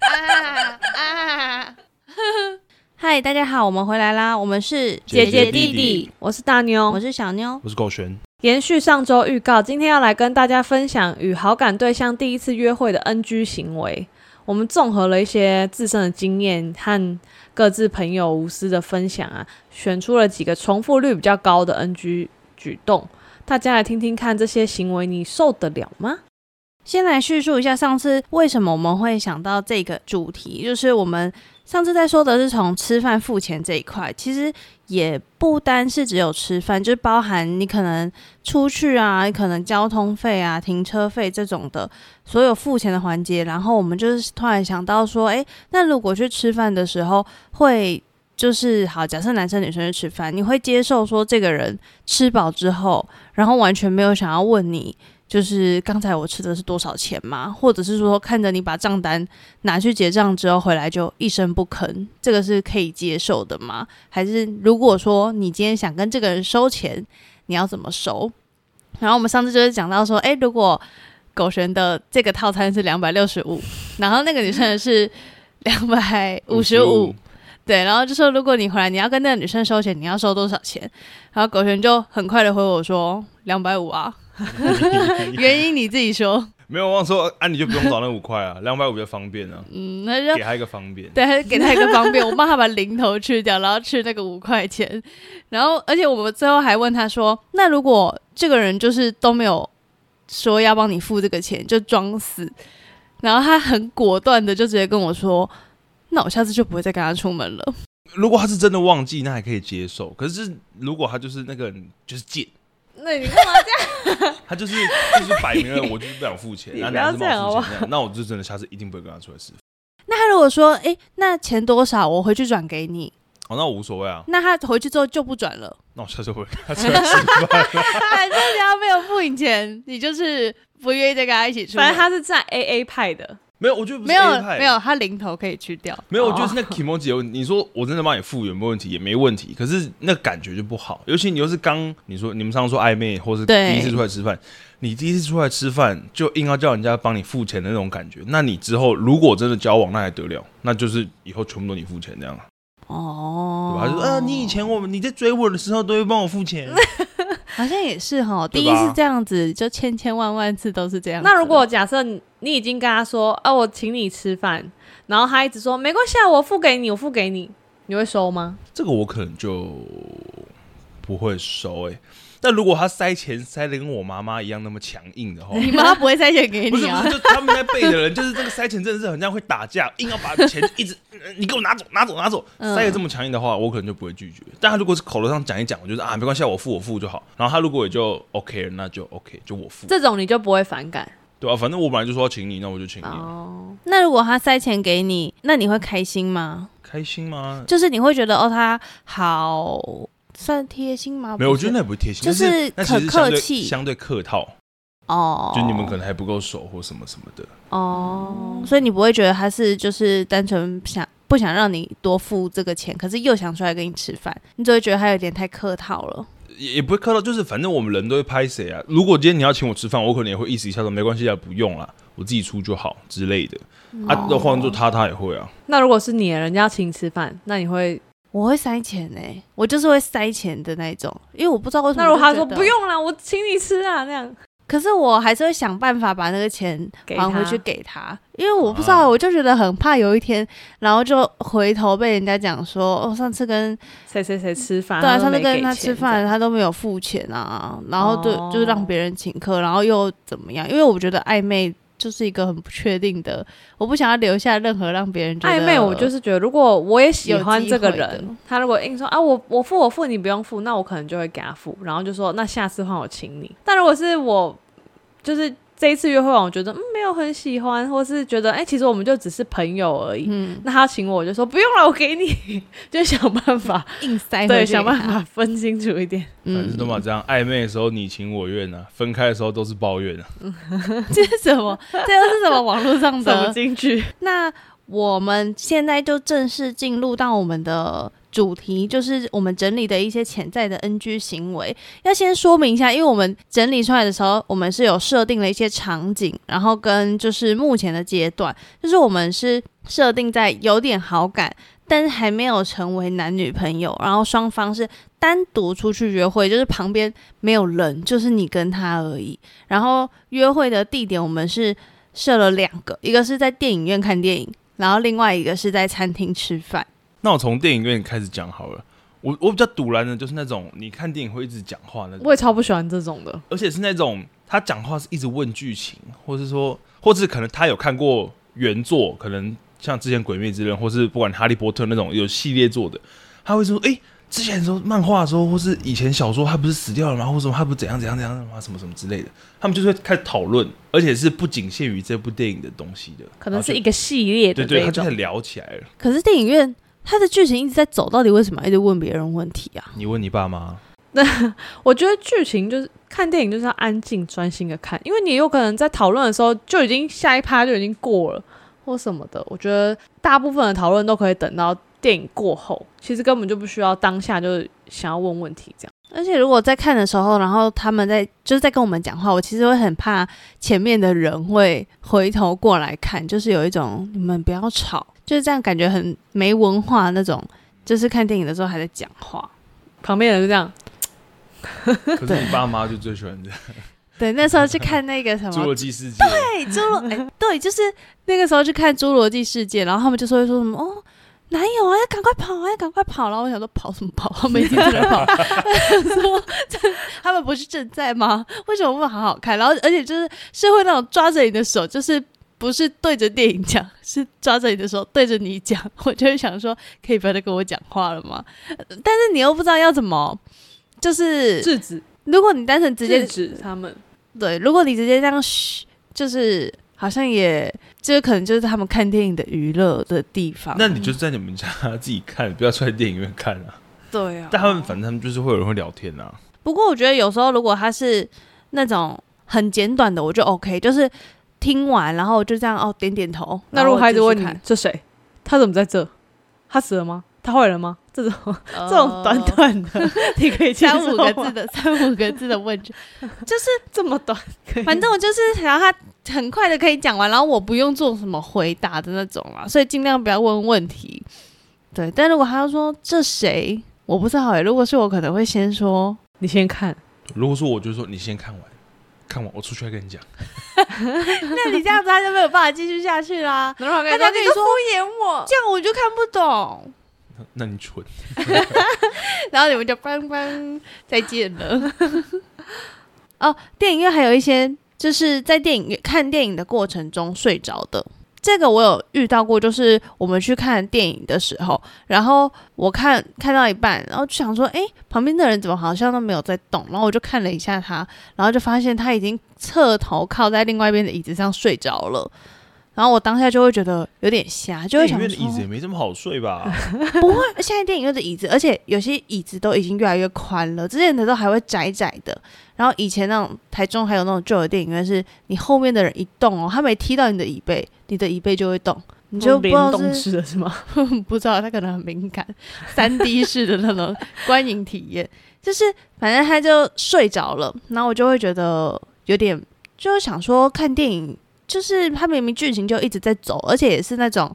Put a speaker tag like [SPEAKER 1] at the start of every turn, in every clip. [SPEAKER 1] 啊啊！ 嗨，大家好，我们回来啦，我们是
[SPEAKER 2] 姐姐
[SPEAKER 3] 弟
[SPEAKER 2] 弟，
[SPEAKER 3] 我是大
[SPEAKER 1] 我
[SPEAKER 3] 妞。
[SPEAKER 1] 是小妞，
[SPEAKER 2] 我是狗璇，
[SPEAKER 3] 延续上周预告，今天要来跟大家分享与好感对象第一次约会的 NG 行为。我们综合了一些自身的经验和各自朋友无私的分享啊，选出了几个重复率比较高的 NG 举动，大家来听听看这些行为你受得了吗？
[SPEAKER 1] 先来叙述一下上次为什么我们会想到这个主题，就是我们上次在说的是从吃饭付钱这一块，其实也不单是只有吃饭，就是包含你可能出去啊，你可能交通费啊、停车费这种的所有付钱的环节。然后我们就是突然想到说，诶，那如果去吃饭的时候会。就是好，假设男生女生去吃饭，你会接受说这个人吃饱之后，然后完全没有想要问你就是刚才我吃的是多少钱吗？或者是说看着你把账单拿去结账之后回来就一声不吭，这个是可以接受的吗？还是如果说你今天想跟这个人收钱，你要怎么收？然后我们上次就是讲到说，诶，如果狗璇的这个套餐是两百六十五，然后那个女生的是两百五十五，对，然后就说如果你回来你要跟那个女生收钱，你要收多少钱？然后狗璇就很快的回我说两百五啊。原因你自己说，
[SPEAKER 2] 没有忘说，啊，你就不用找那五块啊，两百五比较方便啊，
[SPEAKER 1] 嗯，那
[SPEAKER 2] 给
[SPEAKER 1] 就
[SPEAKER 2] 他一个方便。
[SPEAKER 1] 对，还是给他一个方便，我帮他把零头去掉，然后吃那个五块钱，然后而且我们最后还问他说，那如果这个人就是都没有说要帮你付这个钱，就装死，然后他很果断的就直接跟我说，那我下次就不会再跟他出门了。
[SPEAKER 2] 如果他是真的忘记，那还可以接受。可是如果他就是那个人就是贱，
[SPEAKER 1] 那你干嘛这样？
[SPEAKER 2] 他就是就是摆明了我就是不想 付钱，
[SPEAKER 3] 你
[SPEAKER 2] 那
[SPEAKER 3] 不要
[SPEAKER 2] 男生
[SPEAKER 3] 这样
[SPEAKER 2] 帮我付钱，那那我就真的下次一定不会跟他出来吃饭。
[SPEAKER 1] 那他如果说，诶，那钱多少我回去转给你，
[SPEAKER 2] 哦，那我无所谓啊，
[SPEAKER 1] 那他回去之后就不转了。
[SPEAKER 2] 那我 下次不会跟他出来吃饭。
[SPEAKER 1] 反正只哎要没有付你钱，你就是不愿意再跟他一起出门。
[SPEAKER 3] 反正他是占 A A 派的，
[SPEAKER 2] 没有，我觉得不是
[SPEAKER 1] 没有
[SPEAKER 2] A 派
[SPEAKER 1] 没有，他零头可以去掉。
[SPEAKER 2] 没有，我觉得是那 emoji 有问 题。你说我真的帮你付有没有问题？也没问题，可是那感觉就不好。尤其你又是刚你说你们上说暧昧，或是
[SPEAKER 1] 对
[SPEAKER 2] 第一次出来吃饭，你第一次出来吃饭就硬要叫人家帮你付钱的那种感觉，那你之后如果真的交往，那还得了？ 那就是以后全部都你付钱这样啊，对
[SPEAKER 1] 哦
[SPEAKER 2] 吧？他就说啊，你以前我们你在追我的时候都会帮我付钱，
[SPEAKER 1] 好像也是哈，第
[SPEAKER 2] 对
[SPEAKER 1] 一
[SPEAKER 2] 吧
[SPEAKER 1] 次这样子，就千千万万次都是这样子。
[SPEAKER 3] 那如果假设你你已经跟他说，啊，我请你吃饭，然后他一直说没关系，啊，我付给你，我付给你，你会收吗？
[SPEAKER 2] 这个我可能就不会收哎、欸但如果他塞钱塞的跟我妈妈一样那么强硬的话，
[SPEAKER 1] 你妈不会塞钱给
[SPEAKER 2] 不
[SPEAKER 1] 你
[SPEAKER 2] 是不
[SPEAKER 1] 啊
[SPEAKER 2] 是，？就他们在背的人，就是这个塞钱真的是很像会打架，硬要把钱一直呃你给我拿走拿走拿走，
[SPEAKER 1] 嗯
[SPEAKER 2] 塞的这么强硬的话，我可能就不会拒绝。但他如果是口头上讲一讲，我就是啊没关系啊，我付我付就好。然后他如果也就 OK 了，那就 OK 就我付，
[SPEAKER 3] 这种你就不会反感
[SPEAKER 2] 对啊，反正我本来就说要请你，那我就请你，
[SPEAKER 3] 哦。
[SPEAKER 1] 那如果他塞钱给你，那你会开心吗？
[SPEAKER 2] 开心吗？
[SPEAKER 1] 就是你会觉得哦，他好算贴心吗？
[SPEAKER 2] 没有，我
[SPEAKER 1] 哦不是
[SPEAKER 2] 觉得那也不贴心，
[SPEAKER 1] 就
[SPEAKER 2] 但
[SPEAKER 1] 是
[SPEAKER 2] 是那其
[SPEAKER 1] 可
[SPEAKER 2] 实
[SPEAKER 1] 客
[SPEAKER 2] 相对
[SPEAKER 1] 气
[SPEAKER 2] 相对客套，
[SPEAKER 1] 哦，
[SPEAKER 2] 就你们可能还不够熟或什么什么的。
[SPEAKER 1] 哦，所以你不会觉得他是就是单纯想不想让你多付这个钱，可是又想出来跟你吃饭，你只会觉得他有点太客套了。
[SPEAKER 2] 也也不会客套，就是反正我们人都会拍谁啊。如果今天你要请我吃饭，我可能也会意思一下说没关系啊，不用啦，我自己出就好之类的。啊，那换做他，他也会啊。
[SPEAKER 3] 那如果是你，人家要请你吃饭，那你会？
[SPEAKER 1] 我会塞钱哎、我就是会塞钱的那种，因为我不知道为什么。
[SPEAKER 3] 那如果他说不，用啦，我请你吃啊，那样
[SPEAKER 1] 可是我还是会想办法把那个钱
[SPEAKER 3] 给
[SPEAKER 1] 还
[SPEAKER 3] 他
[SPEAKER 1] 回去给他，因为我不知道，
[SPEAKER 2] 啊
[SPEAKER 1] 我就觉得很怕有一天，然后就回头被人家讲说，哦，上次跟
[SPEAKER 3] 谁谁谁吃饭，
[SPEAKER 1] 对啊，
[SPEAKER 3] 都
[SPEAKER 1] 上次
[SPEAKER 3] 没
[SPEAKER 1] 跟
[SPEAKER 3] 给
[SPEAKER 1] 他
[SPEAKER 3] 钱
[SPEAKER 1] 吃
[SPEAKER 3] 这样
[SPEAKER 1] 饭，他都没有付钱啊，然后就、
[SPEAKER 3] 哦
[SPEAKER 1] 就是让别人请客，然后又怎么样？因为我觉得暧昧就是一个很不确定的，我不想要留下任何让别人觉得
[SPEAKER 3] 暧昧，我就是觉得，如果我也喜
[SPEAKER 1] 有
[SPEAKER 3] 欢
[SPEAKER 1] 机
[SPEAKER 3] 这个
[SPEAKER 1] 会的
[SPEAKER 3] 人，他如果硬说啊，我我付我付，你不用付，那我可能就会给他付，然后就说那下次换我请你。但如果是我，就是这一次约会完，我觉得嗯没有很喜欢，或是觉得哎、其实我们就只是朋友而已，
[SPEAKER 1] 嗯
[SPEAKER 3] 那他请我，我就说不用了，我给你， 就想办法，
[SPEAKER 1] 硬塞
[SPEAKER 3] 对，
[SPEAKER 1] 回去
[SPEAKER 3] 想
[SPEAKER 1] 给
[SPEAKER 3] 办
[SPEAKER 1] 他，
[SPEAKER 3] 法分清楚一点。
[SPEAKER 2] 反正都
[SPEAKER 1] 嗯，
[SPEAKER 2] 嘛这样，暧昧的时候你情我愿啊，分开的时候都是抱怨啊。
[SPEAKER 1] 这是什么？这又是什么网络 上
[SPEAKER 3] 怎么
[SPEAKER 1] 的？
[SPEAKER 3] 进去？
[SPEAKER 1] 那我们现在就正式进入到我们的主题，就是我们整理的一些潜在的 NG 行为。要先说明一下，因为我们整理出来的时候，我们是有设定了一些场景，然后跟就是目前的阶段，就是我们是设定在有点好感，但是还没有成为男女朋友，然后双方是单独出去约会，就是旁边没有人，就是你跟他而已。然后约会的地点我们是设了两个，一个是在电影院看电影，然后另外一个是在餐厅吃饭。
[SPEAKER 2] 那我从电影院开始讲好了。我我比较堵然的，就是那种你看电影会一直讲话那种，
[SPEAKER 3] 我也超不喜欢这种的。
[SPEAKER 2] 而且是那种他讲话是一直问剧情，或是说，或是可能他有看过原作，可能像之前《鬼灭之刃》或是不管《哈利波特》那种有系列做的，他会说，诶，之前说漫画的时候，或是以前小说，他不是死掉了吗？或者什么他不是怎样怎样怎样吗？什么什么之类的，他们就是会开始讨论，而且是不仅限于这部电影的东西的，
[SPEAKER 3] 可能是一
[SPEAKER 2] 然后
[SPEAKER 3] 个系列
[SPEAKER 2] 就
[SPEAKER 3] 的
[SPEAKER 2] 哦对对，
[SPEAKER 3] 这
[SPEAKER 2] 他就
[SPEAKER 3] 种
[SPEAKER 2] 开，始聊起来了。
[SPEAKER 1] 可是电影院它的剧情一直在走，到底为什么要一直问别人问题啊？
[SPEAKER 2] 你问你爸妈，
[SPEAKER 3] 我觉得剧情就是看电影就是要安静专心的看，因为你有可能在讨论的时候就已经下一趴就已经过了或什么的。我觉得大部分的讨论都可以等到电影过后，其实根本就不需要当下就是想要问问题这样。
[SPEAKER 1] 而且如果在看的时候，然后他们在就是在跟我们讲话，我其实会很怕前面的人会回头过来看，就是有一种你们不要吵，就是这样感觉很没文化那种。就是看电影的时候还在讲话，
[SPEAKER 3] 旁边的人就这样，
[SPEAKER 2] 可是你爸妈就最喜欢这样
[SPEAKER 1] 对，那时候去看那个什
[SPEAKER 2] 侏
[SPEAKER 1] 么
[SPEAKER 2] 罗纪世界，
[SPEAKER 1] 对，侏罗，哎， 对，就是那个时候去看《侏罗纪世界》，然后他们就说会说什么哦，哪有啊，要赶快跑啊，要赶快跑！然后我想说跑什么跑，啊他们已经在跑， 说这他们不是正在吗？为什么不好好看？然后而且就是是会那种抓着你的手，就是。不是对着电影讲，是抓着你的手对着你讲，我就会想说，可以不要再跟我讲话了吗？呃但是你又不知道要怎么，就是
[SPEAKER 3] 制止
[SPEAKER 1] 如果你单纯直接
[SPEAKER 3] 制止他们。
[SPEAKER 1] 对，如果你直接这样嘘，就是好像也，就是可能就是他们看电影的娱乐的地方。
[SPEAKER 2] 那你就在你们家自己看，不要出来电影院看啊。
[SPEAKER 1] 对啊
[SPEAKER 2] 但他们反正他们就是会有人会聊天啊，
[SPEAKER 1] 不过我觉得有时候如果他是那种很简短的，我就 OK，就是听完然后就这样哦点点头。
[SPEAKER 3] 那如果孩子问
[SPEAKER 1] 你
[SPEAKER 3] 你，这谁，他怎么在这？他死了吗？他坏人吗？这种、这种短
[SPEAKER 1] 的
[SPEAKER 3] 短的， 你可以接
[SPEAKER 1] 呃三五
[SPEAKER 3] 受
[SPEAKER 1] 个
[SPEAKER 3] 吗
[SPEAKER 1] 字的三五个字的问句，就是
[SPEAKER 3] 这么短， 可以
[SPEAKER 1] 反正我就是想要他很快的可以讲完，然后我不用做什么回答的那种啦，所以尽量不要问问题。对，但如果他说这谁，我不知道哎、如果是我，可能会先说
[SPEAKER 3] 你先看，
[SPEAKER 2] 如果说我就说你先看完，看完我出去再跟你讲。
[SPEAKER 1] 那你这样子他就没有办法继续下去啦。
[SPEAKER 3] 然后
[SPEAKER 1] 他就跟你说
[SPEAKER 3] 衍我，
[SPEAKER 1] 这样我就看不懂，
[SPEAKER 2] 那你蠢，
[SPEAKER 1] 然后你们就邦邦再见 了。哦，电影院还有一些就是在电影院看电影的过程中睡着的，这个我有遇到过，就是我们去看电影的时候，然后我看看到一半，然后就想说，诶，旁边的人怎么好像都没有在动？然后我就看了一下他，然后就发现他已经侧头靠在另外一边的椅子上睡着了。然后我当下就会觉得有点瞎，就会
[SPEAKER 2] 电
[SPEAKER 1] 想说
[SPEAKER 2] 影院的椅子也没这么好 睡吧？
[SPEAKER 1] 不会，现在电影院的椅子，而且有些椅子都已经越来越宽了，之前的都还会窄窄的。然后以前那种台中还有那种旧的电影院，是你后面的人一动哦，他没踢到你的椅背，你的椅背就会动，你
[SPEAKER 3] 你
[SPEAKER 1] 就
[SPEAKER 3] 就
[SPEAKER 1] 不
[SPEAKER 3] 联
[SPEAKER 1] 知道
[SPEAKER 3] 动
[SPEAKER 1] 是
[SPEAKER 3] 式的是吗？
[SPEAKER 1] 不知道他可能很敏感，三 D 式的那种观影体验，就是反正他就睡着了，然后我就会觉得有点，就是想说看电影，就是他明明剧情就一直在走，而且也是那种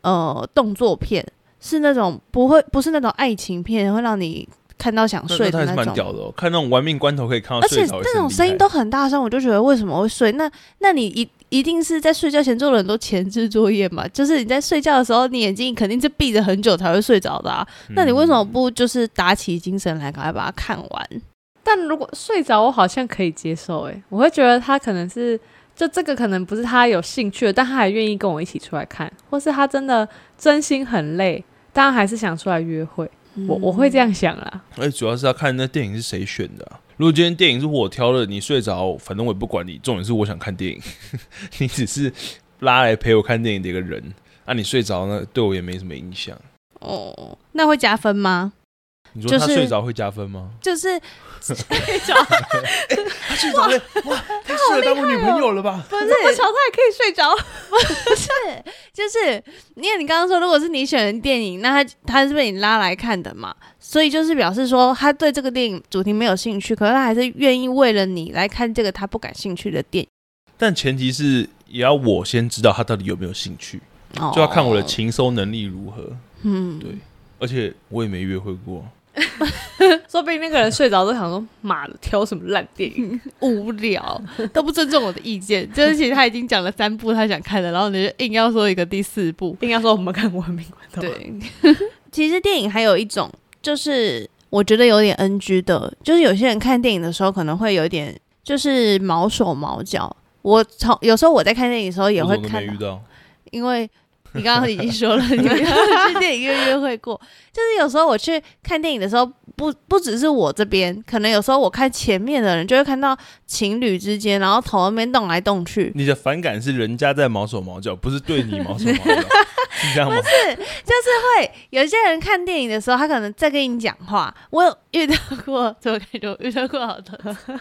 [SPEAKER 1] 呃动作片，是那种不会不是那种爱情片，会让你看到想
[SPEAKER 2] 那
[SPEAKER 1] 睡
[SPEAKER 2] 那他还
[SPEAKER 1] 的那
[SPEAKER 2] 是蛮
[SPEAKER 1] 种。
[SPEAKER 2] 屌的哦，看那种玩命关头可以看到
[SPEAKER 1] 而且
[SPEAKER 2] 哦睡着，
[SPEAKER 1] 那种声音都很大声，我就觉得为什么会睡？那那你一一定是在睡觉前做了很多前置作业嘛？就是你在睡觉的时候，你眼睛肯定是闭着很久才会睡着的啊。那你为什么不就是打起精神来，赶快把它看完？
[SPEAKER 3] 但如果睡着，我好像可以接受、欸，我会觉得他可能是。就这个可能不是他有兴趣的，但他还愿意跟我一起出来看，或是他真的真心很累，当然还是想出来约会。我
[SPEAKER 1] 嗯
[SPEAKER 3] 我会这样想啦，
[SPEAKER 2] 而哎且主要是要看那电影是谁选的啊、如果今天电影是我挑的，你睡着，反正我也不管你。重点是我想看电影， 你只是拉来陪我看电影的一个人。啊，你睡着呢，对我也没什么影响。
[SPEAKER 1] 哦，那会加分吗？
[SPEAKER 2] 你说他
[SPEAKER 1] 就是
[SPEAKER 2] 睡着会加分吗？
[SPEAKER 1] 就是
[SPEAKER 2] 他睡着了，
[SPEAKER 1] 哦
[SPEAKER 2] 哇，太适合当我女朋友了吧？
[SPEAKER 1] 不是
[SPEAKER 3] 这么巧，他还可以 睡着。
[SPEAKER 1] 就是，因为你刚刚说，如果是你选的电影，那他他是被你拉来看的嘛，所以就是表示说他对这个电影主题没有兴趣，可是他还是愿意为了你来看这个他不感兴趣的电影。
[SPEAKER 2] 但前提是也要我先知道他到底有没有兴趣，
[SPEAKER 1] 哦
[SPEAKER 2] 就要看我的情收能力如何。
[SPEAKER 1] 嗯，
[SPEAKER 2] 对而且我也没约会过，
[SPEAKER 3] 说不定那个人睡着都想说：“妈的，挑什么烂电影
[SPEAKER 1] 无聊，都不尊重我的意见。就是其实他已经讲了三部他想看的，然后你就硬要说一个第四部？”。
[SPEAKER 3] 应该说我们看文明文 头。，
[SPEAKER 1] 对， 其实电影还有一种，就是我觉得有点 NG 的，就是有些人看电影的时候可能会有一点就是毛手毛脚。我从有时候我在看电影的时候也
[SPEAKER 2] 我
[SPEAKER 1] 会
[SPEAKER 2] 怎么都
[SPEAKER 1] 看啊
[SPEAKER 2] 没
[SPEAKER 1] 到
[SPEAKER 2] 遇，到。
[SPEAKER 1] 因为你刚刚已经说了，你没有去电影院约会过。就是有时候我去看电影的时候，不不只是我这边，可能有时候我看前面的人就会看到情侣之间，然后头那边动来动去，
[SPEAKER 2] 你的反感是人家在毛手毛脚，不是对你毛手 毛脚，是这样吗？
[SPEAKER 1] 对，有些人看电影的时候，他可能在跟你讲话。我有遇到过，怎么感觉我遇到过好多次？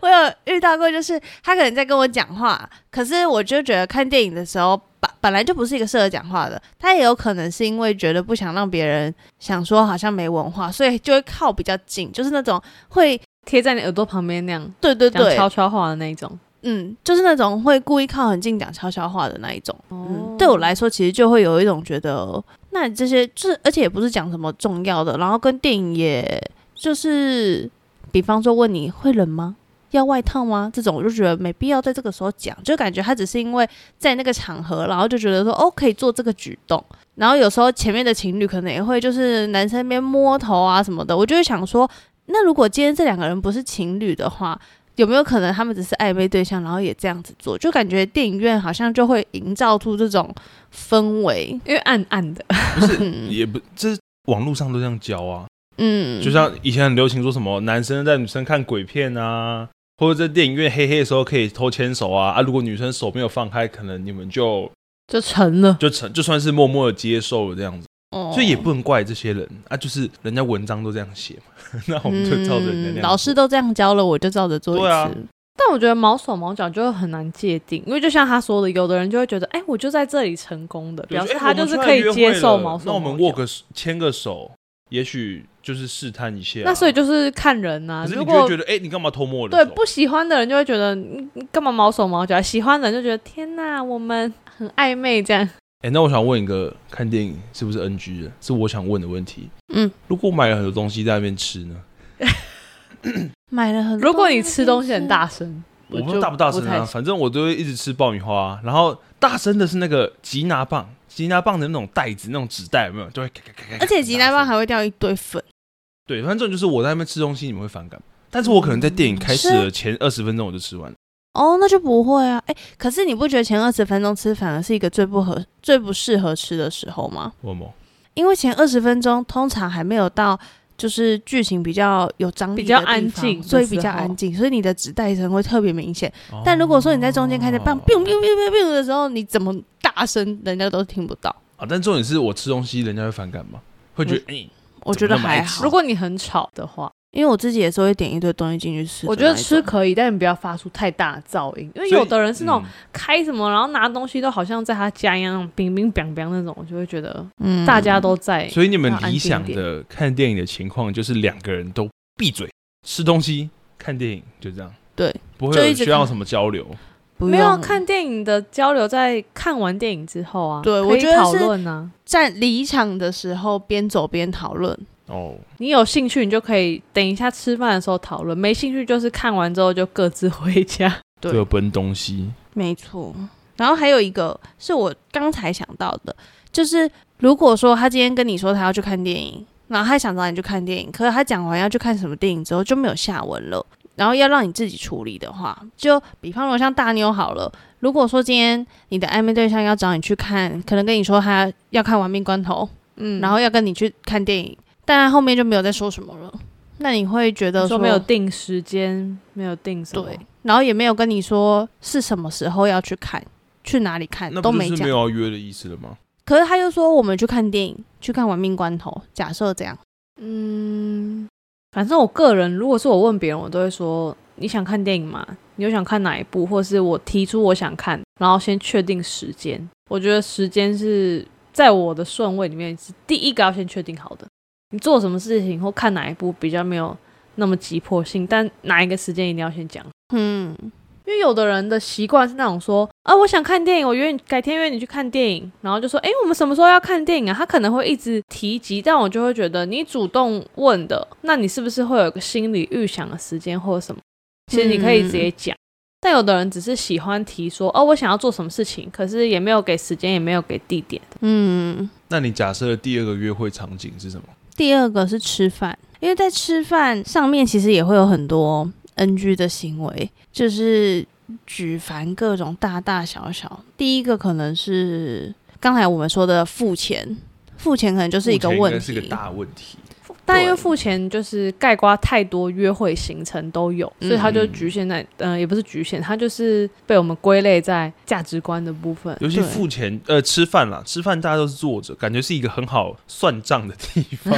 [SPEAKER 1] 我有遇到过，就是他可能在跟我讲话，可是我就觉得看电影的时候，本本来就不是一个适合讲话的。他也有可能是因为觉得不想让别人想说好像没文化，所以就会靠比较近，就是那种会，
[SPEAKER 3] 贴在你耳朵旁边那样
[SPEAKER 1] 对对
[SPEAKER 3] 讲
[SPEAKER 1] 对，
[SPEAKER 3] 悄悄话的那一种。
[SPEAKER 1] 嗯，就是那种会故意靠很近讲悄悄话的那一种。嗯
[SPEAKER 3] 哦，
[SPEAKER 1] 对我来说，其实就会有一种觉得，那这些就是，而且也不是讲什么重要的，然后跟电影也就是，比方说问你会冷吗？要外套吗？这种我就觉得没必要在这个时候讲，就感觉他只是因为在那个场合，然后就觉得说哦可以做这个举动，然后有时候前面的情侣可能也会就是男生那边摸头啊什么的，我就会想说，那如果今天这两个人不是情侣的话，有没有可能他们只是暧昧对象，然后也这样子做？就感觉电影院好像就会营造出这种氛围。
[SPEAKER 3] 因为暗暗的，
[SPEAKER 2] 不是，
[SPEAKER 1] 嗯
[SPEAKER 2] 也不，这网络上都这样教啊。
[SPEAKER 1] 嗯，
[SPEAKER 2] 就像以前很流行说什么男生带女生看鬼片啊，或者在电影院黑黑的时候可以偷牵手啊啊，如果女生手没有放开，可能你们就
[SPEAKER 3] 就沉了。
[SPEAKER 2] 就成就算是默默的接受了这样子，
[SPEAKER 1] 哦，
[SPEAKER 2] 所以也不能怪这些人啊，就是人家文章都这样写嘛，那我们就照着人家那样
[SPEAKER 1] 嗯
[SPEAKER 2] 做
[SPEAKER 1] 老师都这样教了，我就照着做一次。
[SPEAKER 2] 对啊
[SPEAKER 3] 但我觉得毛手毛脚就很难界定，因为就像他说的，有的人就会觉得，哎、我就在这里成功的，
[SPEAKER 2] 对
[SPEAKER 3] 表示
[SPEAKER 2] 哎
[SPEAKER 3] 他
[SPEAKER 2] 我们
[SPEAKER 3] 就是
[SPEAKER 2] 出来
[SPEAKER 3] 可以
[SPEAKER 2] 约会
[SPEAKER 3] 接受
[SPEAKER 2] 了
[SPEAKER 3] 毛手
[SPEAKER 2] 那
[SPEAKER 3] 毛
[SPEAKER 2] 我
[SPEAKER 3] 脚。
[SPEAKER 2] 们握个手牵个手，也许就是试探一下啊、
[SPEAKER 3] 那所以就是看人呐、
[SPEAKER 2] 可是
[SPEAKER 3] 如
[SPEAKER 2] 你就会
[SPEAKER 3] 果
[SPEAKER 2] 觉得，哎、你干嘛偷摸我的
[SPEAKER 3] 对
[SPEAKER 2] 手？
[SPEAKER 3] 不喜欢的人就会觉得，嗯你干嘛毛手毛脚？喜欢的人就觉得，天哪，我们很暧 昧这样。
[SPEAKER 2] 哎、那我想问一个，看电影是不是 NG 的？是我想问的问题。
[SPEAKER 1] 嗯，
[SPEAKER 2] 如果我买了很多东西在那边吃呢？
[SPEAKER 1] 买了很多。
[SPEAKER 3] 如果你吃东西很，大声，
[SPEAKER 2] 我不
[SPEAKER 3] 就
[SPEAKER 2] 知道大不大声
[SPEAKER 3] 太
[SPEAKER 2] 啊，
[SPEAKER 3] 行
[SPEAKER 2] 反正我都会一直吃爆米花啊、然后大声的是那个吉拿棒，吉拿棒的那种袋子，那种纸袋有没有？就会咔咔咔咔咔
[SPEAKER 1] 而且吉拿棒
[SPEAKER 2] 很大声
[SPEAKER 1] 还会掉一堆粉。
[SPEAKER 2] 对，反正这种就是我在那边吃东西，你们会反感。但是我可能在电影开始
[SPEAKER 1] 是啊
[SPEAKER 2] 的前二十分钟我就吃完了，
[SPEAKER 1] 哦，那就不会啊。哎、可是你不觉得前二十分钟吃反而是一个最不合、最不适合吃的时候吗？
[SPEAKER 2] 我某
[SPEAKER 1] 因为前二十分钟通常还没有到，就是剧情比较有张力的
[SPEAKER 3] 比较
[SPEAKER 1] 地方
[SPEAKER 3] 安静的
[SPEAKER 1] 所以比
[SPEAKER 3] 时
[SPEAKER 1] 较
[SPEAKER 3] 候哦
[SPEAKER 1] 安静，所以你的纸袋声会特别明显。但如果说你在中间开始棒 biu biu biu biu biu 的时候，你怎么大声，人家都听不到。
[SPEAKER 2] 啊，但重点是我吃东西，人家会反感吗？会觉得哎、
[SPEAKER 1] 我觉得还
[SPEAKER 2] 怎么那么爱吃
[SPEAKER 1] 好
[SPEAKER 3] 如，果你很吵的话，
[SPEAKER 1] 因为我自己也是会点一堆东西进去吃的
[SPEAKER 3] 我
[SPEAKER 1] 那一
[SPEAKER 3] 觉
[SPEAKER 1] 种。
[SPEAKER 3] 得吃可以，但你不要发出太大的噪音，因为
[SPEAKER 2] 所以
[SPEAKER 3] 有的人是那种
[SPEAKER 2] 嗯
[SPEAKER 3] 开什么，然后拿东西都好像在他家一样，冰冰冰冰那种，我就会觉得
[SPEAKER 1] 嗯
[SPEAKER 3] 大家都在。
[SPEAKER 2] 所以你们
[SPEAKER 3] 要安静
[SPEAKER 2] 理想
[SPEAKER 3] 一
[SPEAKER 2] 的看电影的情况就是两个人都闭嘴吃东西、看电影，就这样。
[SPEAKER 1] 对，
[SPEAKER 2] 不会
[SPEAKER 1] 就一
[SPEAKER 2] 有
[SPEAKER 1] 直
[SPEAKER 2] 需要
[SPEAKER 1] 看
[SPEAKER 2] 什么交流。
[SPEAKER 1] 不
[SPEAKER 3] 没有
[SPEAKER 1] 用
[SPEAKER 3] 看电影的交流，在看完电影之后啊，
[SPEAKER 1] 对
[SPEAKER 3] 可以
[SPEAKER 1] 我觉得
[SPEAKER 3] 讨
[SPEAKER 1] 是
[SPEAKER 3] 论啊，
[SPEAKER 1] 站离场的时候边走边讨论。
[SPEAKER 2] 哦，
[SPEAKER 3] 你有兴趣你就可以等一下吃饭的时候讨论，没兴趣就是看完之后就各自回家。
[SPEAKER 1] 对
[SPEAKER 2] 各奔东西。
[SPEAKER 1] 没错。然后还有一个是我刚才想到的，就是如果说他今天跟你说他要去看电影，然后他想找你去看电影，可是他讲完要去看什么电影之后就没有下文了，然后要让你自己处理的话，就比方说像大妞好了，如果说今天你的暧昧对象要找你去看，可能跟你说他要看《亡命关头》，
[SPEAKER 3] 嗯
[SPEAKER 1] 然后要跟你去看电影，但他后面就没有再说什么了，那你会觉得
[SPEAKER 3] 说没有定时间，没有定什么，
[SPEAKER 1] 对，然后也没有跟你说是什么时候要去看，去哪里看
[SPEAKER 2] 那
[SPEAKER 1] 哎都
[SPEAKER 2] 不
[SPEAKER 1] 没
[SPEAKER 2] 就是
[SPEAKER 1] 讲
[SPEAKER 2] 没。有要约的意思了吗？
[SPEAKER 1] 可是他又说我们去看电影，去看《玩命关头》，假设这样，
[SPEAKER 3] 嗯，反正我个人，如果是我问别人，我都会说你想看电影吗？你有想看哪一部？或是我提出我想看，然后先确定时间。我觉得时间是在我的顺位里面是第一个要先确定好的。你做什么事情或看哪一部比较没有那么急迫性，但哪一个时间一定要先讲。
[SPEAKER 1] 嗯，
[SPEAKER 3] 因为有的人的习惯是那种说啊，我想看电影，我约你改天约你去看电影，然后就说，诶，我们什么时候要看电影啊？他可能会一直提及，但我就会觉得你主动问的，那你是不是会有个心理预想的时间或者什么？其实你可以直接讲。但有的人只是喜欢提说，哦，我想要做什么事情，可是也没有给时间，也没有给地点。
[SPEAKER 1] 嗯，
[SPEAKER 2] 那你假设的第二个约会场景是什么？
[SPEAKER 1] 第二个是吃饭，因为在吃饭上面其实也会有很多 NG 的行为，就是举凡各种大大小小。第一个可能是刚才我们说的付钱，付钱可能就是一个
[SPEAKER 2] 目前应
[SPEAKER 1] 问
[SPEAKER 2] 该
[SPEAKER 1] 题，
[SPEAKER 2] 是个大问题。
[SPEAKER 3] 但因为
[SPEAKER 1] 对
[SPEAKER 3] 付钱就是盖瓜太多约会行程都有，所以他就局限在，嗯、也不是局限，他就是被我们归类在价值观的部分。
[SPEAKER 2] 尤其
[SPEAKER 1] 对
[SPEAKER 2] 付钱，呃，吃饭啦，吃饭大家都是坐着，感觉是一个很好算账的地 方。